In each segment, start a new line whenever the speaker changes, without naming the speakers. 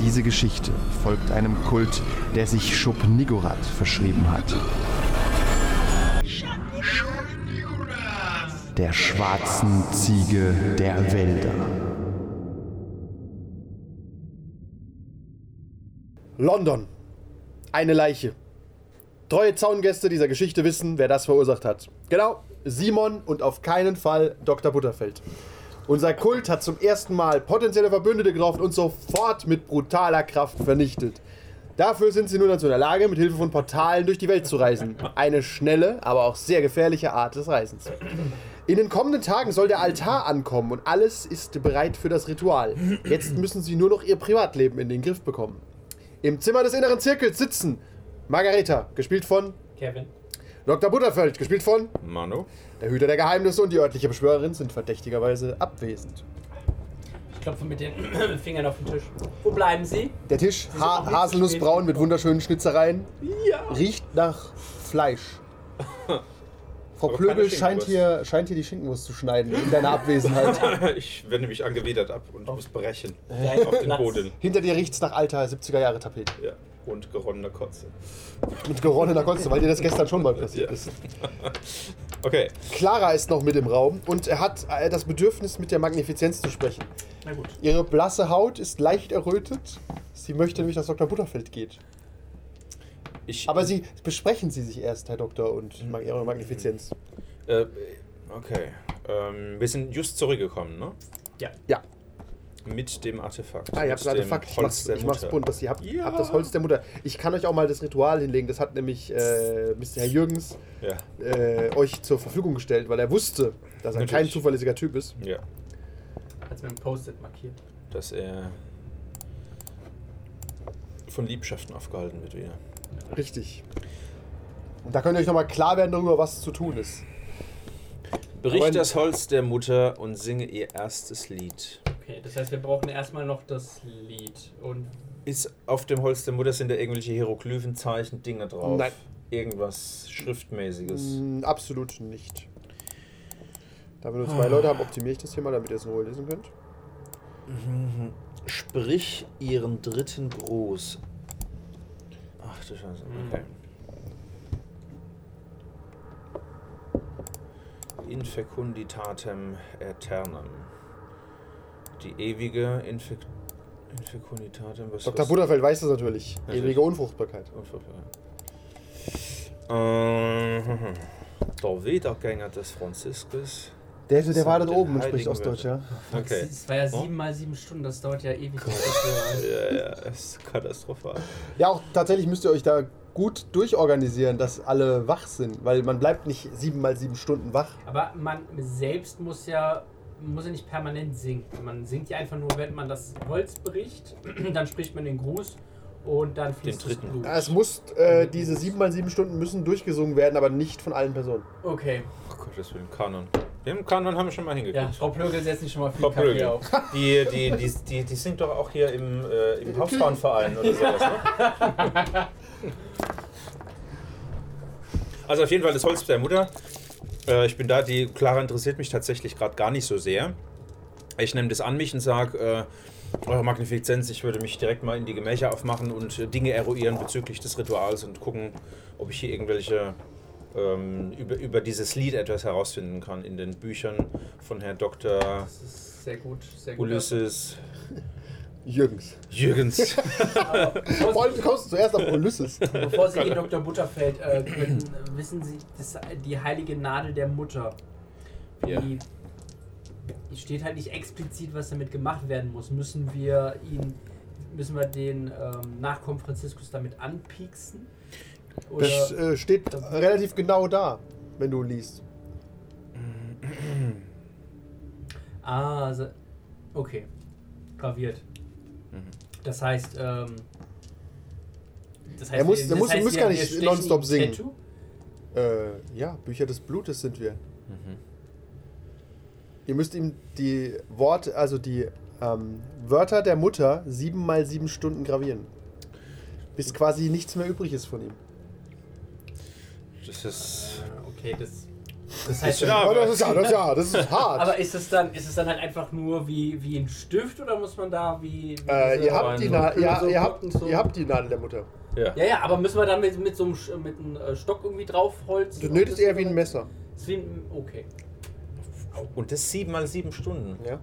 Diese Geschichte folgt einem Kult, der sich Schub Nigorath verschrieben hat. Der schwarzen Ziege der Wälder.
London. Eine Leiche. Treue Zaungäste dieser Geschichte wissen, wer das verursacht hat. Genau, Simon und auf keinen Fall Dr. Butterfeld. Unser Kult hat zum ersten Mal potenzielle Verbündete getroffen und sofort mit brutaler Kraft vernichtet. Dafür sind sie nun dazu in der Lage, mit Hilfe von Portalen durch die Welt zu reisen. Eine schnelle, aber auch sehr gefährliche Art des Reisens. In den kommenden Tagen soll der Altar ankommen und alles ist bereit für das Ritual. Jetzt müssen sie nur noch ihr Privatleben in den Griff bekommen. Im Zimmer des inneren Zirkels sitzen Margareta, gespielt von
Kevin.
Dr. Butterfeld, gespielt von
Mano?
der Hüter der Geheimnisse und die örtliche Beschwörerin sind verdächtigerweise abwesend.
Ich klopfe mit den Fingern auf den Tisch. Wo bleiben Sie?
Der Tisch,
sind auch
ha
nicht
haselnussbraun
zu
mit wunderschönen Schnitzereien,
Ja.
riecht nach Fleisch. Frau
Aber
Plöbel
keine
scheint
Schinkenwurst.
hier, scheint hier die Schinkenwurst zu schneiden, in deiner Abwesenheit.
Ich wende mich angewidert ab und muss brechen.
Ja,
Auf den
Platz.
Boden.
Hinter dir riecht's nach alter 70er-Jahre-Tapete.
Ja. Und geronnener Kotze.
Mit geronnener Kotze, weil dir das gestern schon mal passiert
Ja.
ist.
Okay.
Clara ist noch mit im Raum und er hat äh, das Bedürfnis, mit der Magnifizenz zu sprechen.
Na gut.
Ihre blasse Haut ist leicht errötet. Sie möchte nämlich, dass Dr. Butterfeld geht.
Ich,
Aber sie besprechen Sie sich erst, Herr Doktor, und mag Ihre Magnifizenz.
Äh, okay. Ähm, wir sind just zurückgekommen, ne?
Ja.
Ja.
Mit dem Artefakt.
Ah, ihr habt
Mit
gerade
dem
Fakt. Ich
Holz
mach's,
der
ich mach's
Mutter.
bunt, dass ihr habt,
Ja.
habt das Holz der Mutter. Ich kann euch auch mal das Ritual hinlegen. Das hat nämlich äh, Mr. Herr Jürgens
Ja.
äh, euch zur Verfügung gestellt, weil er wusste, dass er
Natürlich.
kein zuverlässiger Typ ist.
Ja.
Hat's mit dem Post-it markiert.
Dass er von Liebschaften aufgehalten wird wieder.
Richtig. Und da könnt ihr euch nochmal klar werden darüber, was zu tun ist.
Brich
Freund-
das Holz der Mutter und singe ihr erstes Lied.
Okay, das heißt, wir brauchen erstmal noch das Lied. Und
Ist auf dem Holz der Mutter sind da irgendwelche Hieroglyphen, Zeichen, Dinge drauf?
Nein.
Irgendwas Schriftmäßiges.
Mm, absolut nicht. Da wir nur
Ah.
zwei Leute haben, optimiere ich das hier mal, damit ihr es in Ruhe lesen könnt.
Sprich ihren dritten Gruß. Ach du Scheiße. Okay. In fecunditatem aeternam. Die ewige Infek in fecunditatem. Was
Dr.
was-
Butterfeld weiß das natürlich.
Natürlich.
Ewige Unfruchtbarkeit.
Unverfügbar. Ähm, Der Wiedergänger des Franziskus.
Der, der
Samt
wartet
den
oben und spricht
heiligen
Ostdeutsch, ja.
Okay.
es war ja
Oh.
sieben mal sieben Stunden, das dauert ja ewig. bis wir-
Ja, ja, es ist katastrophal.
Ja, auch tatsächlich müsst ihr euch da gut durchorganisieren, dass alle wach sind, weil man bleibt nicht sieben mal sieben Stunden wach.
Aber man selbst muss ja, muss ja nicht permanent sinken. Man singt ja einfach nur, wenn man das Holz bricht, dann spricht man den Gruß und dann fließt das
dritten.
Blut.
Es muss, äh, diese sieben mal sieben Stunden müssen durchgesungen werden, aber nicht von allen Personen.
Okay,
Oh Gott, das mit dem Kanon. Den Kanon haben wir schon mal
ja,
hingekriegt.
Frau Plögel setzt nicht schon mal viel
Frau
Kaffee
Plögel.
auf.
Die, die, die, die, die singt doch auch hier im, äh, im Hausfrauenverein oder sowas, ne? Also auf jeden Fall das Holz der Mutter. Äh, ich bin da, die Clara interessiert mich tatsächlich gerade gar nicht so sehr. Ich nehme das an mich und sage, äh, Eure Magnifizenz, ich würde mich direkt mal in die Gemächer aufmachen und äh, Dinge eruieren bezüglich des Rituals und gucken, ob ich hier irgendwelche ähm, über, über dieses Lied etwas herausfinden kann in den Büchern von Herr Dr.
Das ist sehr gut, sehr gut.
Ulysses
Jürgens.
Jürgens.
Vor allem, du kommst zuerst auf Ulysses.
Bevor Sie in Dr. Butterfeld äh, können, wissen Sie, das, die heilige Nadel der Mutter,
Ja.
die steht halt nicht explizit, was damit gemacht werden muss. Müssen wir ihn, müssen wir den ähm, Nachkommen Franziskus damit anpieksen? Oder
Das äh, steht relativ genau da, wenn du liest.
Ah, so, okay. Graviert. Das heißt, ähm. Das heißt,
Er muss-
wir-
er
das
muss- er
heißt,
muss
wir-
gar
wir
nicht
stechen
nonstop
ihn
singen.
Tattoo?
Äh, ja, Bücher des Blutes sind wir. Ihr müsst ihm die Worte, also die ähm, Wörter der Mutter sieben mal sieben Stunden gravieren. Bis quasi nichts mehr übrig ist von ihm.
Das ist.
Ah, Okay, das. Das heißt,
ja-
Aber das ist ja, das ist ja, das ist hart.
aber ist es dann, ist es dann halt einfach nur wie, wie ein Stift oder muss man da wie. wie
äh,
diese-
ihr, habt die
so
Na- ja,
so
ihr, habt,
Glocken, so-
ihr habt die Nadel der Mutter.
Ja.
Ja, ja, aber müssen wir dann mit, mit so einem, Sch- mit einem äh, Stock irgendwie draufholzen?
Du nötigst eher wie ein Messer.
Ist wie ein, okay.
Und das sieben mal sieben Stunden.
Ja.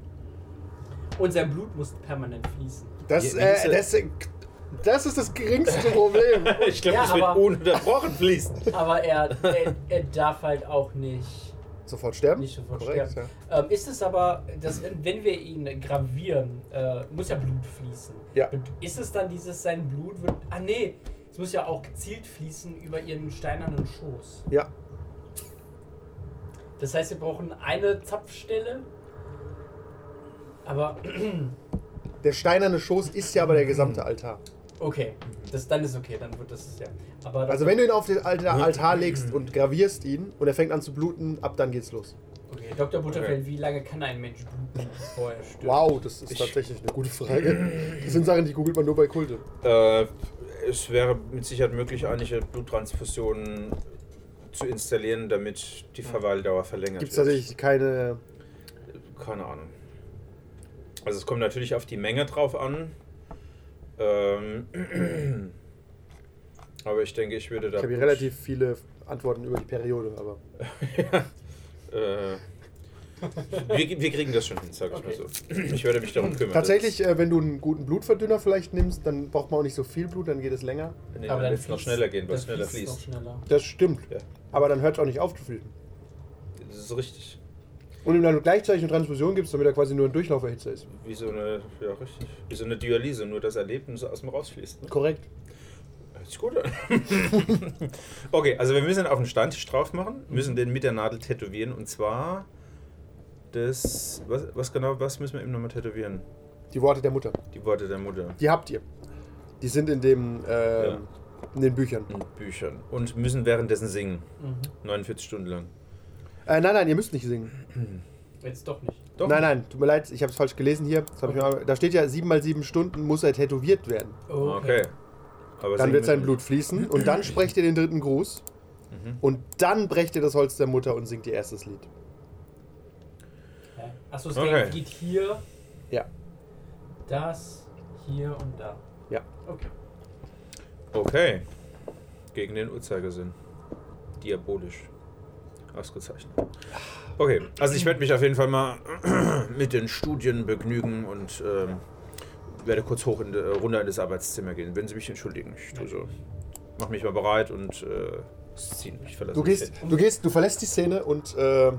Und sein Blut muss permanent fließen.
Das,
Ja,
äh,
diese-
das, das ist das geringste Problem.
Ich glaube,
Ja,
das wird
aber-
ununterbrochen fließen.
Aber er, er, er darf halt auch nicht.
Sofort sterben?
Nicht sofort
Korrekt,
sterben. Ähm, ist es aber, dass, wenn wir ihn gravieren, äh, muss ja Blut fließen.
Ja.
Ist es dann dieses, sein Blut wird. Ah, nee, es muss ja auch gezielt fließen über ihren steinernen Schoß.
Ja. ja.
Das heißt, wir brauchen eine Zapfstelle. Aber
Der steinerne Schoß ist ja aber der gesamte Altar.
okay, das, dann ist okay, dann wird das ja. Aber
Also wenn du ihn auf den Alt- Altar legst und gravierst ihn und er fängt an zu bluten, ab dann geht's los.
okay, Dr. Butterfeld, wie lange kann ein Mensch bluten, bevor er stirbt?
Wow, das ist tatsächlich eine gute Frage. Das sind Sachen, die googelt man nur bei Kulte.
Äh, es wäre mit Sicherheit möglich, einige Bluttransfusionen zu installieren, damit die Verweildauer verlängert
Gibt's
wird.
tatsächlich keine...
Keine Ahnung. Also es kommt natürlich auf die Menge drauf an. Ähm, aber ich denke, ich würde da.
Ich habe hier relativ viele Antworten über die Periode, aber...
Äh, wir, wir kriegen das schon hin, sag ich mal so. Ich werde mich darum kümmern.
Tatsächlich, äh, wenn du einen guten Blutverdünner vielleicht nimmst, dann braucht man auch nicht so viel Blut, dann geht es länger.
Nee, aber dann wird es noch
fließt-
schneller gehen,
dann
weil es schneller
fließt's
fließt.
Noch schneller.
Das stimmt.
Ja.
Aber dann hört es auch nicht auf zu fließen.
Das ist richtig.
Und ihm dann gleichzeitig eine Transfusion gibst, damit er quasi nur ein Durchlauferhitzer ist.
Wie so eine, ja richtig, wie so eine Dialyse, nur das Erlebnis aus dem rausfließt. Ne?
Korrekt.
Hört sich gut an. okay, also wir müssen ihn auf den Steintisch drauf machen, müssen den mit der Nadel tätowieren und zwar das, was, was genau, was müssen wir ihm nochmal tätowieren?
Die Worte der Mutter.
Die Worte der Mutter
Die habt ihr. Die sind in dem äh,
Ja.
in den Büchern.
in Büchern und müssen währenddessen singen,
Mhm.
49 Stunden lang.
Äh, nein, nein, ihr müsst nicht singen.
Jetzt doch nicht.
Doch,
Nein, nein, tut mir leid, ich habe es falsch gelesen hier. Das hab ich mir, da steht ja, sieben mal sieben Stunden muss er tätowiert werden.
Okay. Aber
Dann
singen
wird sein
müssen-
Blut fließen und dann sprecht ihr den dritten Gruß. Und dann brecht ihr das Holz der Mutter und singt ihr erstes Lied.
Achso, es
Okay.
geht hier,
Ja.
das, hier und da.
Ja.
Okay.
Okay. Gegen den Uhrzeigersinn. Diabolisch. Ausgezeichnet. Okay, also ich werde mich auf jeden Fall mal mit den Studien begnügen und ähm, werde kurz hoch in, die- runter in das Arbeitszimmer gehen. Wenn Sie mich entschuldigen, ich tue so. Mach mich mal bereit und äh, ziehen. Ich verlasse
Du
mich
gehst,
jetzt.
du gehst, du verlässt die Szene und äh,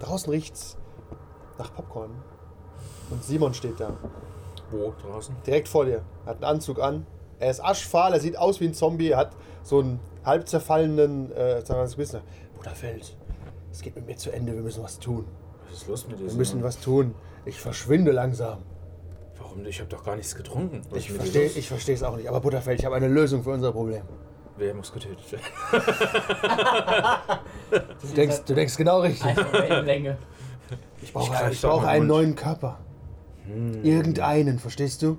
draußen riecht's nach Popcorn. Und Simon steht da,
Wo draußen?
direkt vor dir. Hat einen Anzug an, Er ist aschfahl, er sieht aus wie ein Zombie, er hat so einen halb zerfallenen, äh, zerfallenes Gewissen. Bruder Feld, es geht mit mir zu Ende, wir müssen was tun.
Was ist los mit
Wir
diesem?
müssen was tun. Ich verschwinde langsam.
Warum? Ich habe doch gar nichts getrunken. Was
Ich
ist mit
verstehe
dir los?
ich verstehe es auch nicht, aber Butterfeld, ich habe eine Lösung für unser Problem.
Wer muss getötet werden?
Du denkst, du denkst genau richtig.
Einfach Wellenlänge.
Ich brauche,
Ich greif
ich
doch
brauche
meinen
einen
Mund. Hm.
neuen Körper. Irgendeinen, verstehst du?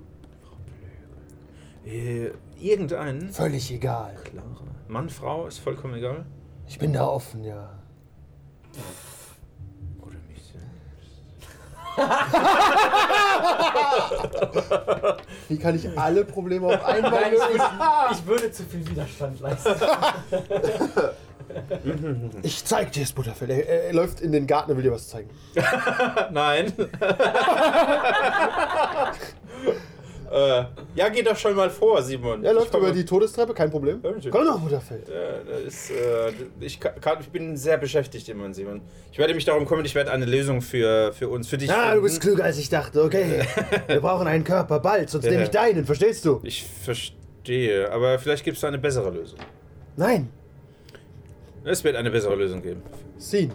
Äh, Irgendeinen?
Völlig egal.
Clara. Mann, Frau, ist vollkommen egal.
Ich bin da offen, ja.
Oder mich selbst.
Wie kann ich alle Probleme auf einmal
Nein, ich,
lösen?
ich, ich würde zu viel Widerstand leisten.
Ich zeig dir es, Butterfeld. Er, er, er läuft in den Garten und will dir was zeigen.
Nein. äh, ja, geht doch schon mal vor, Simon.
Er
Ich
läuft
komm-
über die Todestreppe, kein Problem.
Ja, bitte.
Komm doch, Butterfeld.
Äh, das ist, äh, ich, ka- kann, ich bin sehr beschäftigt immer, Simon. Ich werde mich darum kümmern, ich werde eine Lösung für, für uns, für dich
Ah, du
finden.
bist klüger als ich dachte, okay. Wir brauchen einen Körper bald, sonst nehme ich deinen, verstehst du?
Ich verstehe, aber vielleicht gibt es da eine bessere Lösung.
Nein.
Es wird eine bessere Lösung geben.
Scene.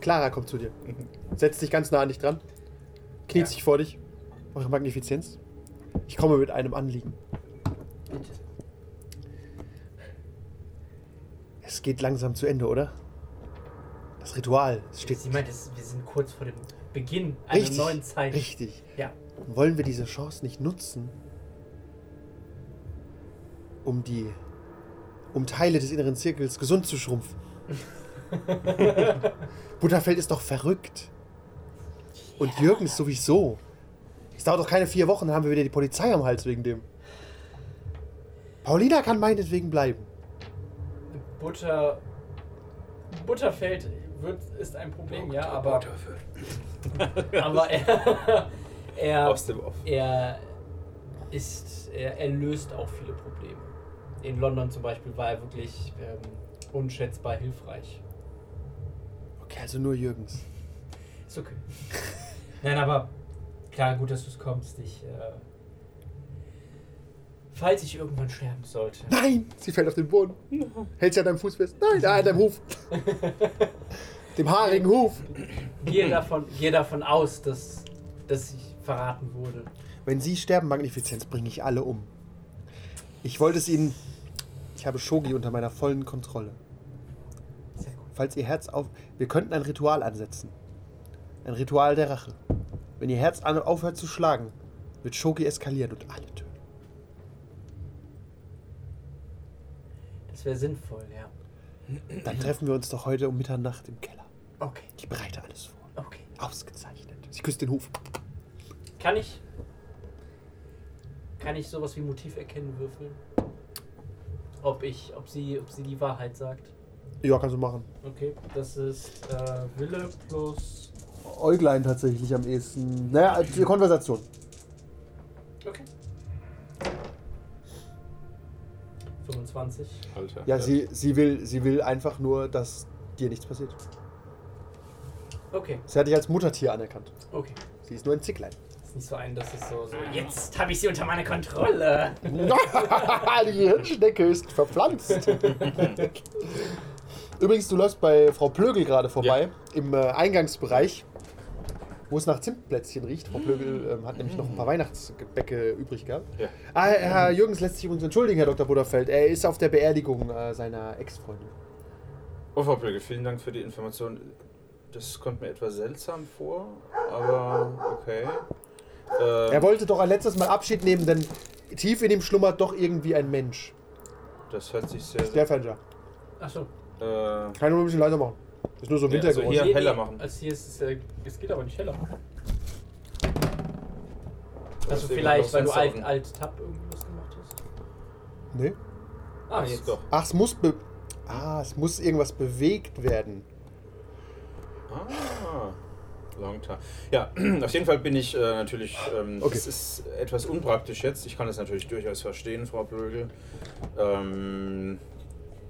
Clara kommt zu dir.
Mhm.
Setzt dich ganz nah an dich dran. Kniet sich vor dich. Eure Magnifizenz. Ich komme mit einem Anliegen. Es geht langsam zu Ende, oder? Das Ritual es steht.
Sie meint, es- wir sind kurz vor dem Beginn einer
Richtig,
neuen Zeit.
richtig.
Ja.
Wollen wir diese Chance nicht nutzen, um die, um Teile des inneren Zirkels gesund zu schrumpfen? Butterfeld ist doch verrückt. Und Jürgen ist sowieso. Es dauert doch keine vier Wochen, dann haben wir wieder die Polizei am Hals wegen dem. Paulina kann meinetwegen bleiben.
Butter. Butterfeld wird, ist ein Problem, ja, aber. aber er. er,
Aus dem Off.
er ist. Er, er löst auch viele Probleme. In London zum Beispiel war er wirklich ähm, unschätzbar hilfreich.
Okay, also nur Jürgens.
Ist okay. Nein, aber klar, gut, dass du es kommst. Ich. Äh, falls ich irgendwann sterben sollte.
Nein! Sie fällt auf den Boden. Hält sie an deinem Fuß fest. Nein, ah, an deinem Huf. Dem haarigen Huf.
gehe davon, gehe davon aus, dass, dass ich verraten wurde.
Wenn Sie sterben, Magnifizenz, bringe ich alle um. Ich wollte es Ihnen. Ich habe Shogi unter meiner vollen Kontrolle.
Sehr gut.
Falls Ihr Herz auf. Wir könnten ein Ritual ansetzen. Ein Ritual der Rache. Wenn Ihr Herz an aufhört zu schlagen, wird Shogi eskalieren und alle töten.
Das wäre sinnvoll, ja.
Dann treffen wir uns doch heute um Mitternacht im Keller.
Okay,
Ich bereite alles vor.
okay.
Ausgezeichnet. Sie küsst den Huf.
Kann ich. Kann ich sowas wie Motiv erkennen würfeln? Ob ich, ob sie, ob sie die Wahrheit sagt.
Ja, kannst du machen.
Okay, das ist äh, Wille plus.
Äuglein tatsächlich am ehesten. Naja, äh, die Konversation.
Okay. 25.
Alter.
Ja, sie, sie, will, sie will einfach nur, dass dir nichts passiert.
Okay,
Sie hat dich als Muttertier anerkannt.
okay.
Sie ist nur ein Zicklein.
Ist nicht so ein, dass es so, so. Jetzt habe ich sie unter meiner Kontrolle.
die Hirnschnecke ist verpflanzt. Übrigens, du läufst bei Frau Plögel gerade vorbei, im äh, Eingangsbereich, wo es nach Zimtplätzchen riecht. Frau Plögel ähm, hat nämlich noch ein paar Weihnachtsgebäcke übrig gehabt.
Ja.
Ah, Herr Jürgens lässt sich übrigens entschuldigen, Herr Dr. Butterfeld. Er ist auf der Beerdigung äh, seiner Ex-Freundin.
Oh, Frau Blöge, vielen Dank für die Information. Das kommt mir etwas seltsam vor, aber okay. Äh,
Er wollte doch ein letztes Mal Abschied nehmen, denn tief in ihm schlummert doch irgendwie ein Mensch.
das hört sich sehr. sehr
Stefan, ja.
Achso.
äh,
Kann nur ein bisschen leiser machen. Ist nur so
Ja,
Wintergeräusch.
also hier- heller machen.
Also hier ist es, äh, es geht aber nicht heller. Also
deswegen
vielleicht,
noch
weil du
Fenster
alt,
offen.
alt Tab irgendwas gemacht hast.
nee.
Ah,
Das
jetzt.
ist doch.
Ach, es muss be ah, es muss irgendwas bewegt werden.
Ah, long time. Ja, auf jeden Fall bin ich äh, natürlich. Ähm,
Okay.
Es ist etwas unpraktisch jetzt. Ich kann das natürlich durchaus verstehen, Frau Blögel. Ähm,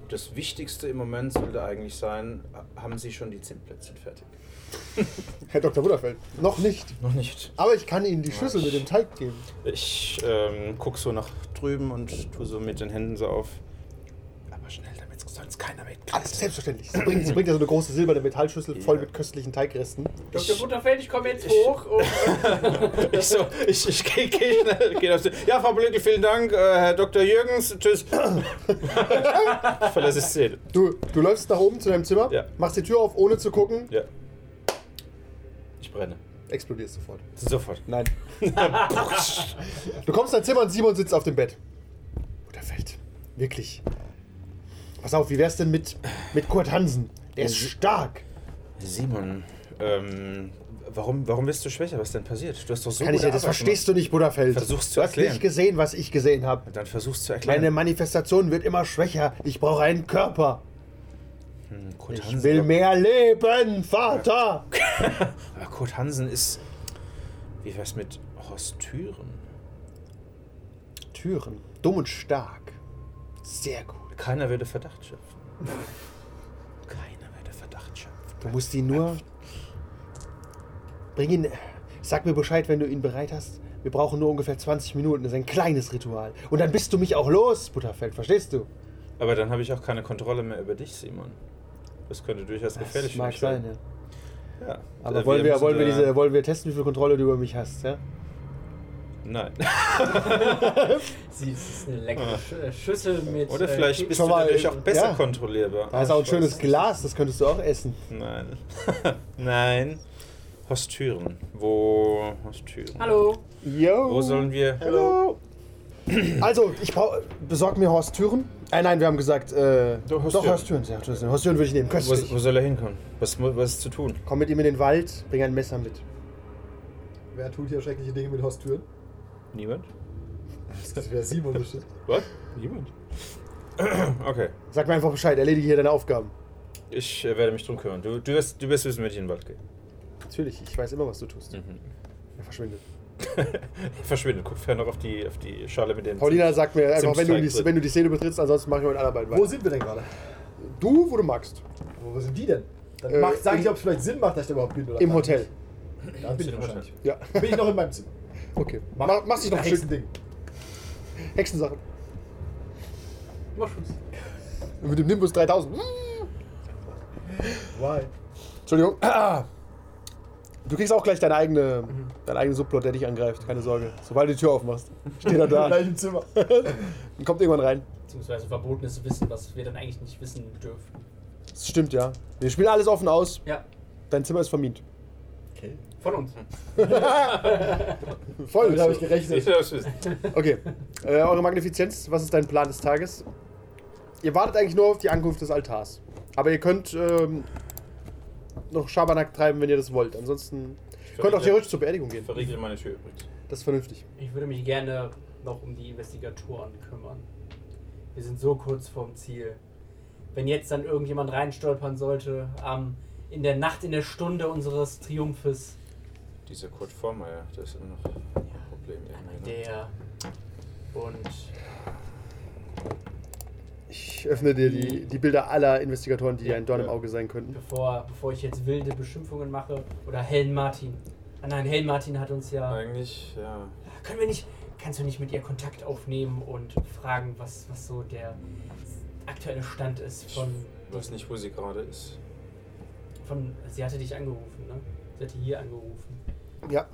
das Wichtigste im Moment sollte eigentlich sein: ha- haben Sie schon die Zimtplätzchen fertig?
Herr Dr. Butterfeld, noch nicht.
Noch nicht.
Aber ich kann Ihnen die Schüssel mit dem Teig geben.
Ich ähm, guck so nach drüben und tue so mit den Händen so auf. Aber schnell, damit sonst keiner mitkriegt.
Alles selbstverständlich. Sie bringt, sie bringt ja so eine große silberne Metallschüssel voll mit köstlichen Teigresten.
Dr. Butterfeld, ich komme jetzt hoch. Und,
Ich, so, ich, ich gehe geh schnell. Geh auf die- ja, Frau Blöcke, vielen Dank. Äh, Herr Dr. Jürgens, tschüss. Ich Verlasse die Szene.
Du, du läufst nach oben zu deinem Zimmer,
Ja.
machst die Tür auf, ohne zu gucken,
Ja. Ich brenne.
explodierst sofort.
Sofort.
Nein. du kommst in dein Zimmer und Simon sitzt auf dem Bett. Butterfeld, wirklich. Pass auf, wie wär's denn mit, mit Kurt Hansen? Der ist stark.
Simon, ähm, warum, warum bist du schwächer? Was ist denn passiert? Du hast doch so
Kann ich
gute
dir, das
Arbeit
verstehst du nicht, Butterfeld.
Versuch's zu
du hast
erklären.
nicht gesehen, was ich gesehen habe.
gemacht. Dann versuch's zu erklären.
Meine Manifestation wird immer schwächer. Ich brauche einen Körper.
Kurt
Ich
Hansen-
will mehr leben, Vater.
Aber Kurt Hansen ist. Wie wär's mit Horst Thüren?
Türen. Dumm und stark. Sehr gut.
Keiner würde Verdacht schöpfen. Keiner würde Verdacht schöpfen.
Du musst ihn nur. Bring ihn. Sag mir Bescheid, wenn du ihn bereit hast. Wir brauchen nur ungefähr 20 Minuten. Das ist ein kleines Ritual. Und dann bist du mich auch los, Butterfeld. Verstehst du?
Aber dann habe ich auch keine Kontrolle mehr über dich, Simon. Das könnte durchaus gefährlich
das mag
für
sein,
mich
ja.
sein. Ja.
Aber
Äh,
wollen, wir,
müssen
wollen, wir
da-
diese, wollen wir testen, wie viel Kontrolle du über mich hast, ja?
Nein.
Äh,
sie es ist eine leckere Sch äh, Schüssel mit.
Oder
äh,
vielleicht
Keks-
bist du
schon mal- äh,
dadurch auch besser
ja.
kontrollierbar.
Da ist auch ein schönes Glas, das könntest du auch essen.
Nein. Nein. Horst Thüren. Wo. Horst Thüren.
Hallo.
Yo.
Wo sollen wir.
Hallo. Also, ich brauche. Besorg mir Horst Türen. Äh, nein, wir haben gesagt, äh.
Doch, Horst
doch,
Thüren.
Horst Türen. Ja, Horst Thüren Horst Thüren würde ich nehmen.
Wo,
Köstlich.
wo soll er hinkommen? Was, mu- was ist zu tun?
Komm mit ihm in den Wald, bring ein Messer mit.
Wer tut hier schreckliche Dinge mit Haustüren?
Niemand?
Das wäre Simon bestimmt.
Was? Niemand. okay.
Sag mir einfach Bescheid, erledige hier deine Aufgaben.
Ich äh, werde mich drum kümmern. Du, du, wirst, du wirst wissen, wenn ich in den Wald gehe.
Natürlich, ich weiß immer, was du tust.
Mhm.
Er verschwindet.
Verschwinde. Guck fern noch auf die, auf die Schale mit den.
Paulina sagt mir einfach,
Sims
wenn du, die,
Strike
wenn du die Szene betrittst, ansonsten mache ich mit anderen beiden
Wo
weiter.
sind wir denn gerade?
Du, wo du magst.
Wo, wo sind die denn? Dann
Äh,
mach, sag
im-
ich, ob es vielleicht Sinn macht, dass ich da überhaupt bin. Oder
Im
gar
Hotel.
Nicht. Da bin ich wahrscheinlich.
Ja.
Bin ich noch in meinem Zimmer.
Okay. Mach, mach's dich noch
Hexen
schön.
Ding.
Hexensachen.
Mach Schluss.
Mit dem Nimbus 3000. Hm,
Why?
Entschuldigung. Ah. Du kriegst auch gleich deine eigene, deinen eigenen Subplot, der dich angreift. Keine Sorge. Sobald du die Tür aufmachst, steht er da
Gleich im Zimmer.
und kommt irgendwann rein.
Beziehungsweise verbotenes Wissen, was wir dann eigentlich nicht wissen dürfen.
Das stimmt, ja. Wir spielen alles offen aus.
Ja,
Dein Zimmer ist vermint.
Okay.
von uns.
Voll.
Damit habe ich
Ich
gerechnet.
will das wissen.
Okay. Äh, eure Magnifizenz, was ist dein Plan des Tages? Ihr wartet eigentlich nur auf die Ankunft des Altars. Aber ihr könnt ähm, noch Schabernack treiben, wenn ihr das wollt. Ansonsten könnt auch theoretisch zur Beerdigung
Ich
gehen.
verriegel meine Tür übrigens.
Das ist vernünftig.
Ich würde mich gerne noch um die Investigatoren kümmern. Wir sind so kurz vorm Ziel. Wenn jetzt dann irgendjemand reinstolpern sollte, am- in der Nacht, in der Stunde unseres Triumphes,
Dieser Kurt Vormeier, das ah ist immer noch ein Problem. irgendwie, ne?
der und
Ich öffne dir die, die Bilder aller Investigatoren, die dir ein Dorn im Auge sein könnten.
bevor, bevor ich jetzt wilde Beschimpfungen mache, oder Helen Martin. Ah nein, Helen Martin hat uns ja.
Eigentlich, ja.
Können wir nicht. Kannst du nicht mit ihr Kontakt aufnehmen und fragen, was, was so der aktuelle Stand ist
Ich
von.
weiß nicht, wo sie gerade ist.
Von, sie hatte dich angerufen, ne? Sie hatte hier angerufen.
Ja.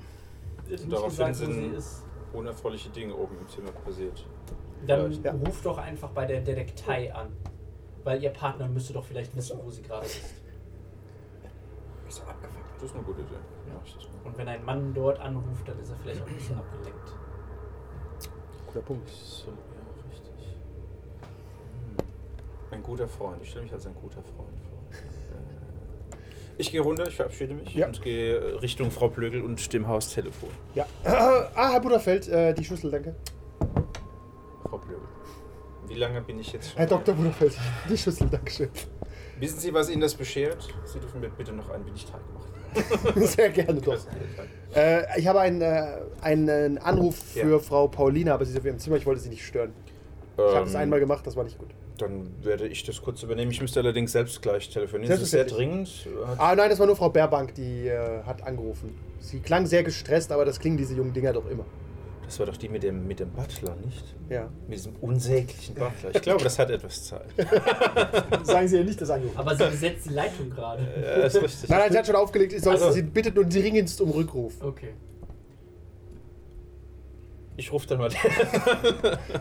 Sie hat nicht
Daraufhin
gesagt, wo
sind-
sie ist.
Unerfreuliche Dinge oben im Zimmer passiert.
Dann
Vielleicht.
Ja.
ruf doch einfach bei der Detektei an. Weil ihr Partner müsste doch vielleicht wissen, wo sie gerade ist.
Ist abgefuckt. Das ist eine gute Idee. Ja, ich das mal.
Und wenn ein Mann dort anruft, dann ist er vielleicht auch ein bisschen abgelenkt.
Guter Punkt.
So, ja, richtig. Hm. Ein guter Freund. Ich stelle mich als ein guter Freund vor. Äh, Ich gehe runter, ich verabschiede mich
Ja.
und gehe äh, Richtung Frau Blögel und dem Haustelefon.
Ja. Ah, Herr Butterfeld, äh, die Schlüssel, danke.
Frau Blögel. Wie lange bin ich jetzt schon?
Herr Dr. Butterfeld, die Schlüssel, dankeschön.
Wissen Sie, was Ihnen das beschert? Sie dürfen mir bitte noch ein wenig Teig machen.
Sehr gerne doch. Äh, ich habe einen, äh, einen Anruf für
Ja. Ähm.
Frau Paulina, aber sie ist auf ihrem Zimmer. Ich wollte sie nicht stören. Ich habe es einmal gemacht, das war nicht gut.
Dann werde ich das kurz übernehmen. Ich müsste allerdings selbst gleich telefonieren.
Selbst
Das ist sehr
ist
dringend. Hat-
Ah nein, das war nur Frau Baerbank, die äh, hat angerufen. Sie klang sehr gestresst, aber das klingen diese jungen Dinger doch immer.
Das war doch die mit dem, mit dem Butler, nicht?
Ja.
Mit diesem unsäglichen Butler. Ich glaube, das hat etwas Zeit. Äh,
Sagen Sie ihr nicht, dass angerufen
Aber sie besetzt die Leitung gerade.
Ja, ist richtig.
Nein, nein, sie hat schon aufgelegt. Ich soll,
Also-
sie bittet nur dringendst um Rückruf.
Okay.
Ich rufe dann mal.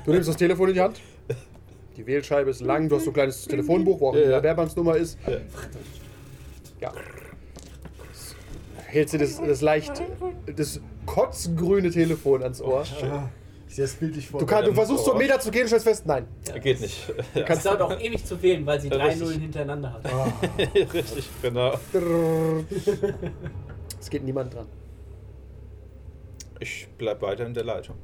Du nimmst das Telefon in die Hand. Die Wählscheibe ist lang. Du hast so ein kleines Telefonbuch, wo auch
Ja,
die
ja.
Werbandsnummer ist.
Ja.
Ja. Hältst du das, das leicht, das kotzgrüne Telefon ans Ohr?
Ich sehe das Ah, bildlich vor.
Du, kann, du versuchst so einen
Oh.
Meter zu gehen, stellst fest, nein.
Geht nicht. Ja,
Es dauert auch ewig zu wählen, weil sie
Ja,
drei
richtig.
Nullen hintereinander hat.
richtig, genau.
Es geht niemand dran.
Ich bleib weiter in der Leitung.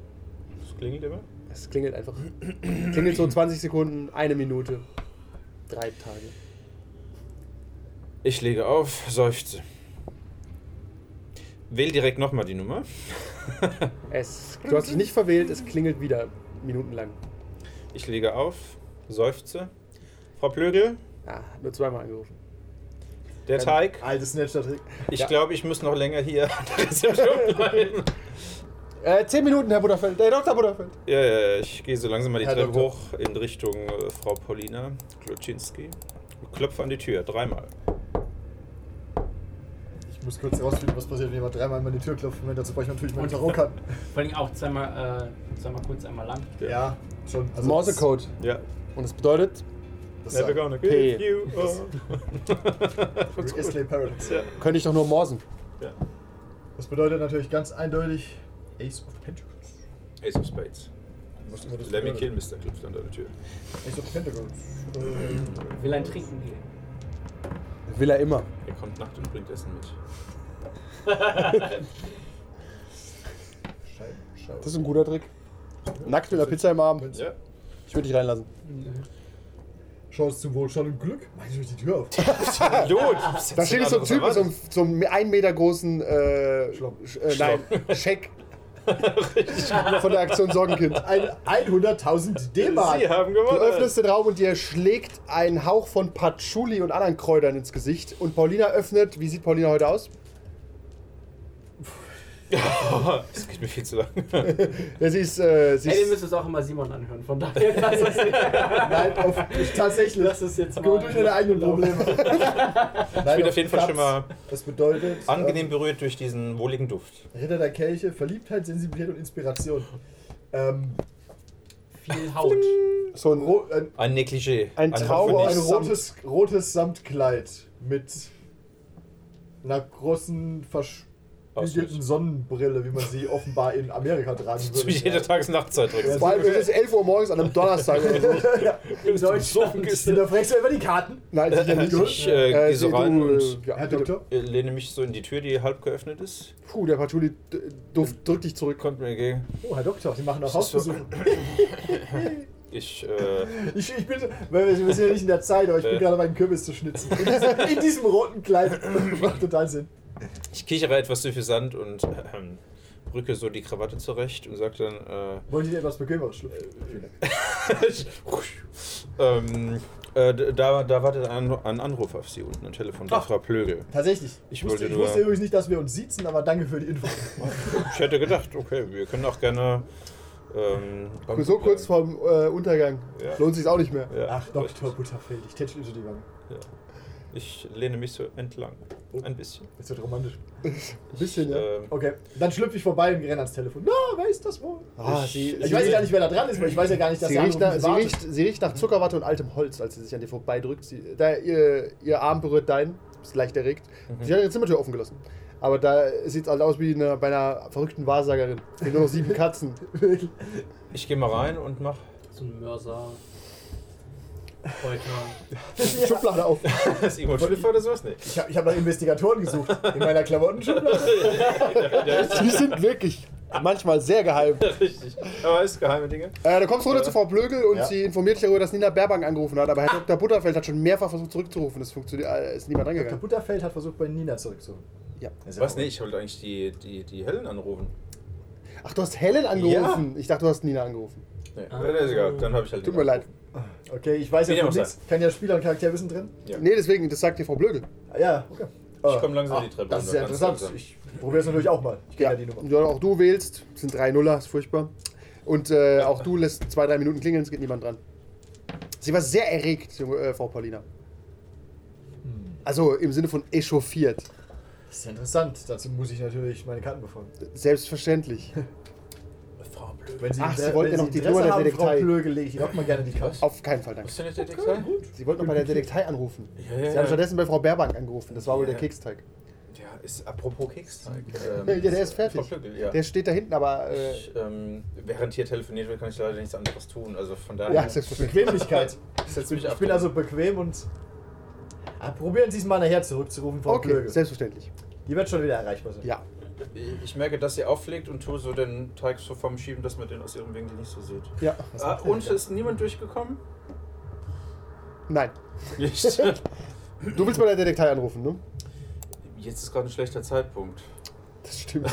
Das klingelt immer.
Es klingelt einfach. Klingelt so 20 Sekunden, eine Minute, drei Tage.
Ich lege auf, seufze. Wähl direkt nochmal die Nummer.
Es, du hast dich nicht verwählt, es klingelt wieder minutenlang.
Ich lege auf, seufze. Frau Plögel,
Ah, nur zweimal angerufen.
der Teig.
Altes Snapchat-Trick.
Ich
Ja.
glaube, ich muss noch länger hier an der Rezeption bleiben.
Äh, zehn Minuten, Herr Butterfeld. Der Dr. Butterfeld.
Ja, ja, ich gehe so langsam mal die
Herr
Treppe
Doktor.
hoch in Richtung äh, Frau Paulina Kluczynski. Klopfe an die Tür, dreimal.
Ich muss kurz rausfinden, was passiert, wenn jemand dreimal an meine Tür klopft. Moment, dazu brauche ich natürlich meine
Und-
Tarotkarten.
Vor allem auch zweimal, äh, zweimal kurz, einmal lang.
Ja.
Ja, schon. Also
Morsecode.
Ja,
Und es bedeutet,
Das,
never
das
gonna
P.
give you up.
ist Islay Paradox.
Ja.
könnte ich doch nur morsen.
Das bedeutet natürlich ganz eindeutig Ace of Pentacles.
Ace of Spades.
Was immer das
Lemmy
bedeutet.
Killmister klopft an der Tür.
Ace of Pentacles. Äh,
Will ein Trinken gehen.
Will er immer.
Er kommt Nacht und bringt Essen mit.
Scheibe,
Das ist ein
Scheibe.
guter Trick. Nackt mit einer Pizza im Arm.
Ja.
Ich würde dich reinlassen.
Chance zum Wohlstand und Glück. Mach ich durch die Tür auf.
Idiot!
Da steht so ein Typ mit so einem, so einem ein Meter großen äh,
Schlamm.
Sch- äh, nein, Scheck. Von der Aktion Sorgenkind.
Ein 100.000 D-Mark.
Sie haben
Du
gewonnen!
öffnest den Raum und dir schlägt ein Hauch von Patchouli und anderen Kräutern ins Gesicht. Und Paulina öffnet, wie sieht Paulina heute aus?
Das geht mir viel zu lang.
Ja, sie ist, äh, sie
Ey, wir
ist
müssen es auch immer Simon anhören, von daher lass es,
Nein, auf, tatsächlich.
lass es jetzt
Geh
mal.
mal durch deine eigenen Probleme.
Ich bin auf jeden Fall schon mal
Das bedeutet.
angenehm berührt durch diesen wohligen Duft.
Ähm, Ritter der Kelche, Verliebtheit, Sensibilität und Inspiration. Ähm,
Viel Haut.
so ein äh,
ro ein,
Ein Negligé.
Ein Traum,
aber ein
hoffentlich-
Rotes Samt.
rotes, rotes Samtkleid mit einer großen verspiegelten
Ausschnitt.
Sonnenbrille, wie man sie offenbar in Amerika tragen
Zu
würde.
jeder Tages- und Nachtzeit trägst.
Vor allem, es ist 11 Uhr morgens an einem Donnerstag oder so.
in
Deutschland.
Da fragst du über die Karten.
Nein, sicher nicht.
Ich äh,
Äh,
gehe so
du,
rein
äh,
und
ja,
Herr
bitte.
Doktor,
äh, lehne mich so in die Tür, die halb geöffnet ist.
Puh, der Patchouli-Duft drückt dich zurück.
Kommt mir entgegen.
oh Herr Doktor, Sie machen auch
Das ist
Hausbesuche.
Ich, äh,
Ich, ich bin, weil wir, wir sind ja nicht in der Zeit, aber ich bin
Äh.
gerade meinen Kürbis zu schnitzen. In diesem, in diesem roten Kleid. Macht total Sinn.
ich kichere etwas suffisant und äh, rücke so die Krawatte zurecht und sage dann, äh,
Wollt ihr etwas bequemeres schlüpfen?
ähm, äh, da, da wartet ein, ein Anruf auf Sie unten, ein Telefon von Frau Plögel.
Tatsächlich.
Ich
Ich wusste,
wollte
ich
nur-
wusste übrigens nicht, dass wir uns siezen, aber danke für die Info.
Ich hätte gedacht, okay, wir können auch gerne. Ähm,
So kurz vorm äh, Untergang.
Ja.
Lohnt sich auch nicht mehr.
Ja,
Ach, Doktor Butterfeld, ich tätschelte die Wange.
Ich lehne mich so entlang. Ein bisschen.
Jetzt wird romantisch.
Ein bisschen, ja.
Ähm,
Okay, dann schlüpfe ich vorbei und renne ans Telefon. Na, wer ist das wohl?
Ah, sie,
Ich
sie
weiß
riecht-
gar nicht, wer da dran ist, weil ich weiß ja gar nicht, dass
Sie
der
riecht, nach,
andere
sie,
wartet.
riecht, sie riecht nach Zuckerwatte und altem Holz, als sie sich an dir vorbeidrückt. Sie, da ihr, ihr Arm berührt deinen, ist leicht erregt. Sie hat ihre Zimmertür offen gelassen. Aber da sieht es halt aus wie eine, bei einer verrückten Wahrsagerin. Es sind nur noch sieben Katzen.
ich gehe mal rein und mach.
So ein Mörser. Heute.
Schublade auf.
Ist Igor Schlüpfer oder sowas? Nee.
Ich habe ich hab nach Investigatoren gesucht. In meiner Klamottenschublade.
Sie sind wirklich manchmal sehr geheim.
Richtig. Aber ist geheime Dinge.
Äh, du kommst runter zu Frau Blögel und
Ja.
sie informiert dich darüber, dass Nina Berbank angerufen hat. Aber Herr Dr. Butterfeld hat schon mehrfach versucht zurückzurufen. Es funktioniert, äh, ist niemand
Dr.
rangegangen.
Butterfeld hat versucht, bei Nina zurückzuholen.
Ja.
Was? Nee, ich wollte eigentlich die, die, die Helen anrufen.
Ach, du hast Helen angerufen. Ich dachte, du hast Nina angerufen.
nicht. Nee.
Ja, das ist egal. Dann habe ich halt.
Tut mir leid.
Okay, ich weiß
Wie
ja
dem
von
auch
nichts. Kann ja Spieler und Charakterwissen drin.
Ja.
Nee, deswegen, das sagt dir Frau Blödel.
Ah, Ja, okay. ah,
Ich komm langsam die Treppe
Das ist ja
runter, ganz
interessant.
langsam.
Ich probiere es natürlich auch mal. Ich kenne ja. die Nummer.
Ja, auch du wählst. Es sind drei Nuller, ist furchtbar. Und äh, auch du lässt zwei, drei Minuten klingeln, es geht niemand dran. Sie war sehr erregt, junge, äh, Frau Paulina. Also im Sinne von echauffiert.
Das ist ja interessant. Dazu muss ich natürlich meine Karten befragen.
selbstverständlich.
Frau Blöd.
Wenn Sie,
Ach, Sie
wenn
wollten ja noch die
Interesse
Nummer der
haben, Frau
Detektei.
Plöge, lege ich auch mal gerne die Karten.
Auf keinen Fall, danke.
Was denn jetzt der Dexter?
Sie wollten noch bei der Detektei anrufen.
Ja, ja,
Sie
ja.
haben stattdessen bei Frau Baerbank angerufen. Das war wohl
Ja.
der Keksteig.
Ja, ist apropos Keksteig. ähm,
Ja, der ist fertig.
Frau Blödel, ja.
Der steht da hinten, aber. Äh,
ich, ähm, während hier telefoniert wird, kann ich leider nichts anderes tun. Also von daher.
ja, selbstverständlich.
Bequemlichkeit.
Setz mich ab.
Ich bin also bequem und. Ah, probieren Sie es mal nachher zurückzurufen, Frau
Okay,
Plöge.
selbstverständlich.
Die wird schon wieder erreichbar sein.
Ja.
Ich merke, dass sie auflegt und tue so den Teig so vom Schieben, dass man den aus ihrem Winkel nicht so sieht.
Ja.
Ah, und ist niemand durchgekommen?
Nein.
Nicht.
Du willst bei der Detektei anrufen, ne?
Jetzt ist gerade ein schlechter Zeitpunkt.
Das stimmt.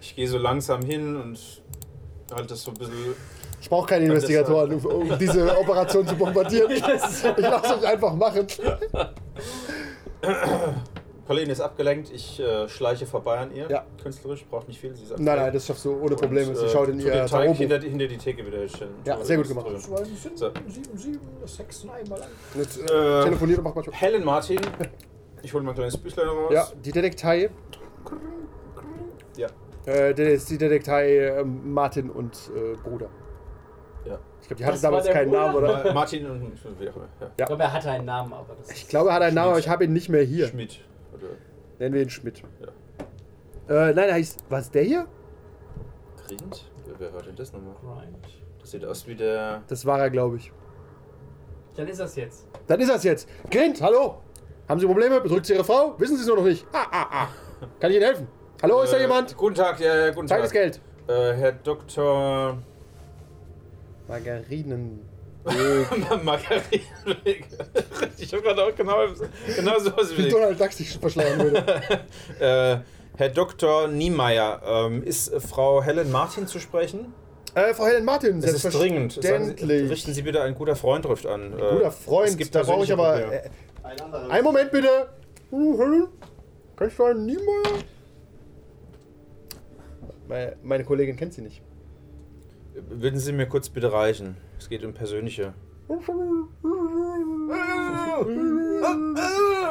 Ich gehe so langsam hin und halte das so ein bisschen.
Ich brauche keine
Das halt-
Investigatoren, um, um diese Operation zu bombardieren. Ich lasse euch einfach machen.
Pauline ist abgelenkt, ich äh, schleiche vorbei an ihr.
Ja.
Künstlerisch, braucht nicht viel. Sie ist
Nein, nein, das schaffst du ohne Probleme. Sie
äh,
schaut in
tu
ihr
den Teig
Tarobuch.
hinter, die- hinter die Theke wieder stellen.
Ja,
Tu
sehr gut
das
gemacht.
drüben. So.
Jetzt, äh,
Äh,
telefoniert und macht manchmal.
Helen Martin, ich hole mein kleines Büchlein raus.
Ja, die Detektei.
Ja.
Äh, das ist die Detektei äh, Martin und äh, Bruder.
Ja.
Ich glaube, die hatte
Das war
damals
der
keinen
Bruder?
Namen, oder?
Äh, Martin und wie auch immer. Ja.
Ich glaube, er hatte einen Namen, aber das ist
Ich glaube, er hat einen Namen, aber ich habe ihn nicht mehr hier.
Schmidt. Oder
Nennen wir ihn Schmidt. Äh, nein, er heißt. Was, der hier?
Grind? Wer, wer hört denn das nochmal?
Grind.
Das sieht aus wie der.
Das war er, glaube ich.
Dann ist das jetzt.
Dann ist das jetzt. Grind, hallo? Haben Sie Probleme? Bedrückt Sie Ihre Frau? Wissen Sie es nur noch nicht? Ah, ah, ah. Kann ich Ihnen helfen? Hallo, ist da
Äh,
jemand?
Guten Tag, ja, ja, guten
Zeig
Tag.
das Geld.
Äh, Herr Dr.
Margarinen.
Margarine. ich habe gerade auch genau, genau so was
Wie Donald Duck sich verschleiern würde.
äh, Herr Dr. Niemeyer, ähm, ist äh, Frau Helen Martin zu sprechen?
äh, Frau Helen Martin,
Es ist dringend. Sagen Sie,
selbstverständlich.
richten Sie bitte, ein guter Freund ruft an. Ein
Guter Freund,
äh, es gibt
da brauche ich
persönliche
aber.
Probleme.
Äh, einen Moment bitte! Uh, Hallo, hallo. Kannst du einen Niemeyer? Meine, meine Kollegin kennt sie nicht. äh,
Würden Sie mir kurz bitte reichen? Es geht um persönliche.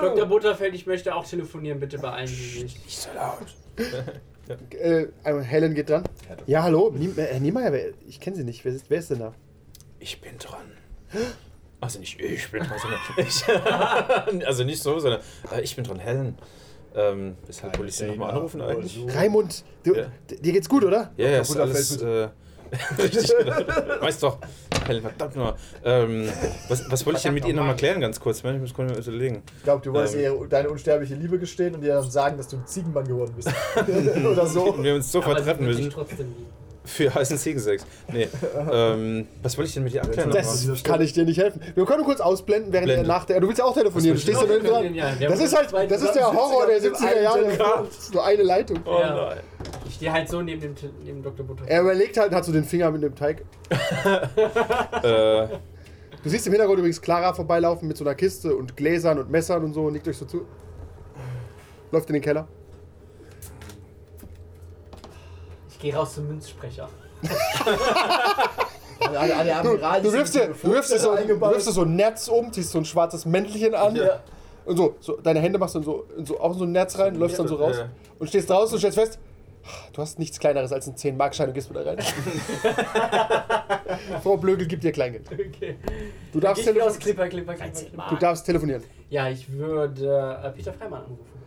Dr. Butterfeld, ich möchte auch telefonieren, bitte beeilen Sie sich.
Äh, einmal Helen geht dran. Ja, hallo, Nie äh, Niemeyer, wer- ich kenne sie nicht. Wer ist, wer ist denn da?
Ich bin dran. Also nicht ich bin dran, sondern ich. also nicht so, sondern äh, ich bin dran, Helen. Ähm, weshalb wollte ich Sie nochmal
Oh,
anrufen eigentlich?
Raimund, du,
Oh. Ja.
d- dir geht's gut, oder?
Ja, ja, ist
guter
alles. Äh, richtig, genau. Weißt doch, Helen, verdammt nur. Ähm, was, was wollte ich denn mit ihr nochmal klären, ganz kurz? Moment, Ich muss kurz mal überlegen.
Ich glaube, du wolltest
Ähm.
ihr deine unsterbliche Liebe gestehen und ihr dann sagen, dass du ein Ziegenmann geworden bist. Oder so.
Und wir haben uns sofort
Aber sie
treffen
wird dich
müssen.
trotzdem lieben.
Für heißen Ziegensex. Nee. Ähm, was wollte ich denn mit ihr abklären?
Das kann ich dir nicht helfen. Wir können kurz ausblenden, während er
Blende.
nach der. Du willst ja auch telefonieren, du
Was
stehst
willst
da
du
hinten
noch? Ja,
dran.
wir
Das
haben
ist halt,
zwei
das ist der Horror der 70er
70er
Jahre. So eine Leitung.
Oh
Ja.
nein.
Ich stehe halt so neben, dem, Te- neben Dr. Butterfeld.
Er überlegt halt, hat so den Finger mit dem Teig.
Äh,
Du siehst im Hintergrund übrigens Clara vorbeilaufen mit so einer Kiste und Gläsern und Messern und so und nickt euch so zu. Läuft in den Keller.
Ich gehe raus zum Münzsprecher.
Alle, alle
Du,
Admiral,
du, wirfst, dir, du, wirfst dir so, du
eingebaut.
wirfst dir so ein Netz um, ziehst so ein schwarzes Mäntelchen an. Und so, so, deine Hände machst dann so, in so auch in so ein Netz rein, läufst dann so raus.
Ja.
Und stehst draußen und stellst fest, "Ah, du hast nichts kleineres als einen 10-Mark-Schein und gehst wieder rein. Frau Blögel gibt dir Kleingeld.
Okay.
Du
Dann
darfst,
geh Ich wieder
telefon-
aus Klipper, Klipper, Klipper, Klipper.
du darfst telefonieren.
Ja, ich würde äh, Peter Freimann anrufen.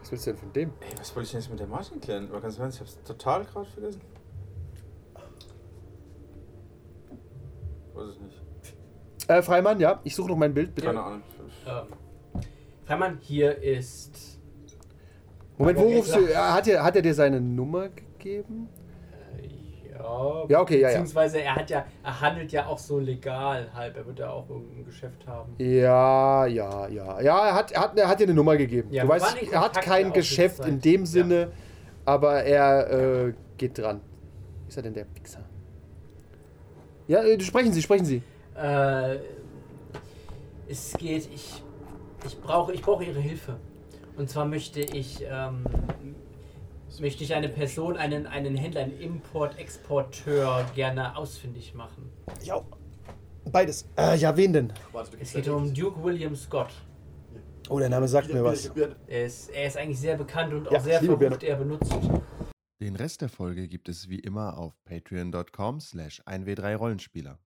Was willst du denn von dem?
ey, was wollte ich denn jetzt mit der Martin klären? Aber ganz ehrlich, ich hab's total gerade vergessen. Weiß ich nicht.
Äh, Freimann, ja, ich suche noch mein Bild, bitte.
Keine Ahnung.
Ähm, Freimann, hier ist.
Moment, wo rufst du? äh, Hat er, hat er dir seine Nummer gegeben?
äh, Ja,
Ja, okay, ja, ja.
beziehungsweise er hat ja, er handelt ja auch so legal halb. Er wird ja auch irgendein Geschäft haben.
Ja, ja, ja. Ja, er hat, er hat, er hat dir eine Nummer gegeben.
Ja,
du
wir
weißt,
waren in
er hat
Kontakt
kein
auch
Geschäft
die
in
Zeit.
dem Sinne, aber er äh, geht dran. Ist er denn der Pixar? Ja, äh, sprechen Sie, sprechen Sie.
Äh, es geht, ich, ich brauche ich brauche Ihre Hilfe. Und zwar möchte ich, ähm, möchte ich eine Person, einen, einen Händler, einen Import-Exporteur gerne ausfindig machen.
Ja, beides. Äh, ja, wen denn?
Warte, du
Es
kriegst
geht
gleich-
um Duke William Scott.
Oh, der Name sagt
Bier,
mir
Bier,
was.
Bier.
Er ist, er ist eigentlich sehr bekannt und auch
Ja,
sehr
ich liebe
verruft. Er benutzt
Den Rest der Folge gibt es wie immer auf patreon.com slash 1w3rollenspieler.